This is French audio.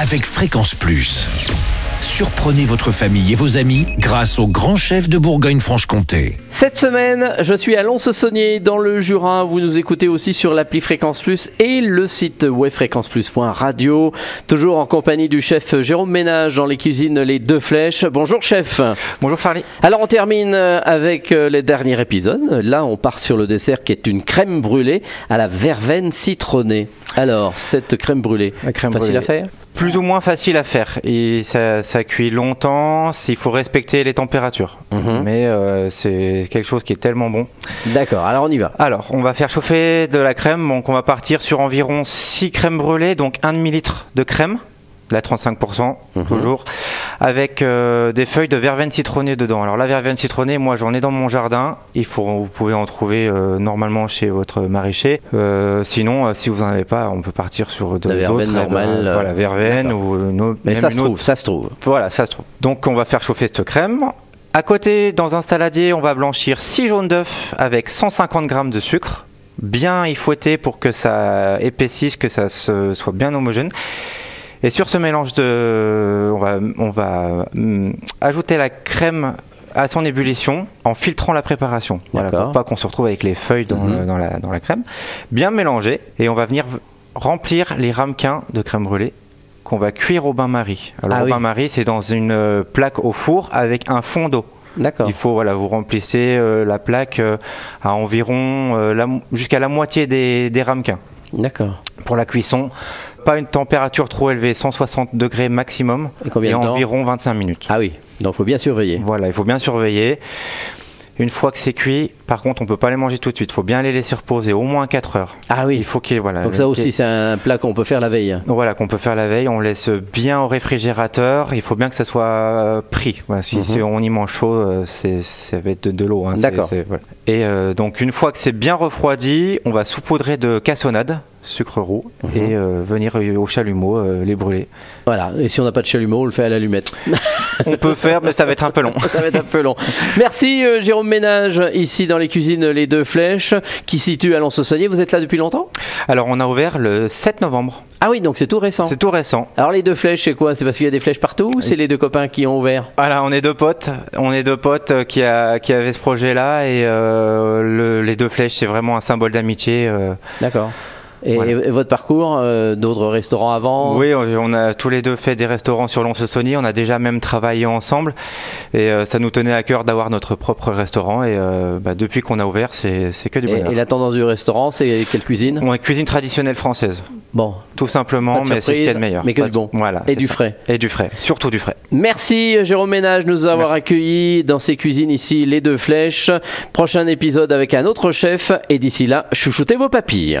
avec Fréquence Plus. Surprenez votre famille et vos amis grâce au grand chef de Bourgogne-Franche-Comté. Cette semaine, je suis à Lons-Saunier dans le Jura. Vous nous écoutez aussi sur l'appli Fréquence Plus et le site webfréquenceplus.radio. Toujours en compagnie du chef Jérôme Ménage dans les cuisines Les Deux Flèches. Bonjour chef. Bonjour Charlie. Alors on termine avec euh, les derniers épisodes. Là, on part sur le dessert qui est une crème brûlée à la verveine citronnée. Alors, cette crème brûlée, La crème facile brûlée. à faire Plus ou moins facile à faire et ça, ça cuit longtemps. Il faut respecter les températures, Mhm. mais euh, c'est quelque chose qui est tellement bon. D'accord, alors on y va. Alors, on va faire chauffer de la crème. Donc, on va partir sur environ 6 crèmes brûlées, donc 1 demi-litre de crème, la 35% Mhm. toujours, avec euh, des feuilles de verveine citronnée dedans. Alors, la verveine citronnée, moi j'en ai dans mon jardin. Il faut, vous pouvez en trouver euh, normalement chez votre maraîcher. Euh, sinon, euh, si vous n'en avez pas, on peut partir sur de La verveine autres. eh ben, normale, euh, voilà, verveine d'accord. ou une autre- Mais même ça se une autre trouve, ça se trouve. voilà, ça se trouve. Donc on va faire chauffer cette crème. À côté, dans un saladier, on va blanchir 6 jaunes d'œufs avec 150 g de sucre. Bien y fouetter pour que ça épaississe, que ça se- soit bien homogène. Et sur ce mélange de... On va, on va hum, ajouter la crème à son ébullition en filtrant la préparation. Voilà, D'accord. pour pas qu'on se retrouve avec les feuilles dans, Mhm. le- dans la, dans la crème. Bien mélanger et on va venir v- remplir les ramequins de crème brûlée qu'on va cuire au bain-marie. Alors Ah au oui. bain-marie, c'est dans une euh, plaque au four avec un fond d'eau. D'accord. Il faut voilà, vous remplissez euh, la plaque euh, à environ euh, la mo- jusqu'à la moitié des, des ramequins. D'accord. Pour la cuisson, pas une température trop élevée, 160 degrés maximum Et combien de temps environ 25 minutes. Ah oui, donc faut bien surveiller. Voilà, il faut bien surveiller. Une fois que c'est cuit, par contre, on peut pas les manger tout de suite. Il faut bien les laisser reposer au moins 4 heures. Ah oui, Il faut qu'ils voilà. donc ça qu'ils- aussi c'est un plat qu'on peut faire la veille. Voilà, qu'on peut faire la veille, on laisse bien au réfrigérateur, il faut bien que ça soit euh, pris. Voilà, si, Mhm. si on y mange chaud, euh, c'est- ça va être de, de l'eau. hein, c'est- D'accord. c'est- voilà. Et euh, donc une fois que c'est bien refroidi, on va saupoudrer de cassonade, sucre roux, Mhm. et euh, venir au chalumeau euh, les brûler. Voilà, et si on n'a pas de chalumeau, on le fait à l'allumette. On peut faire, mais ça va être un peu long. Ça va être un peu long. Merci euh, Jérôme Ménage, ici dans les cuisines Les Deux Flèches, qui se situe à lons saunier Vous êtes là depuis longtemps Alors on a ouvert le 7 novembre, Ah oui, donc c'est tout récent. c'est tout récent. Alors les deux flèches, c'est quoi C'est parce qu'il y a des flèches partout ou c'est les deux copains qui ont ouvert Voilà, on est deux potes. On est deux potes euh, qui, a, qui avaient ce projet-là. Et euh, le- les deux flèches, c'est vraiment un symbole d'amitié. euh. D'accord. Et, Voilà. et- et votre parcours, euh, d'autres restaurants avant Oui, on on a tous les deux fait des restaurants sur Lons-Saunier. On a déjà même travaillé ensemble. Et euh, ça nous tenait à cœur d'avoir notre propre restaurant. Et euh, bah, depuis qu'on a ouvert, c'est c'est que du Et, bonheur. Ah, et la tendance du restaurant, c'est quelle cuisine On a cuisine traditionnelle française, Bon, tout Pas simplement, de mais c'est ce qu'il y a de surprise, meilleur. mais que Pas du de- bon. Voilà. et c'est du ça. frais. Et du frais, surtout du frais. Merci euh, Jérôme Ménage de nous avoir Merci. accueillis dans ces cuisines ici, les deux flèches. Prochain épisode avec un autre chef et d'ici là, chouchoutez vos papilles.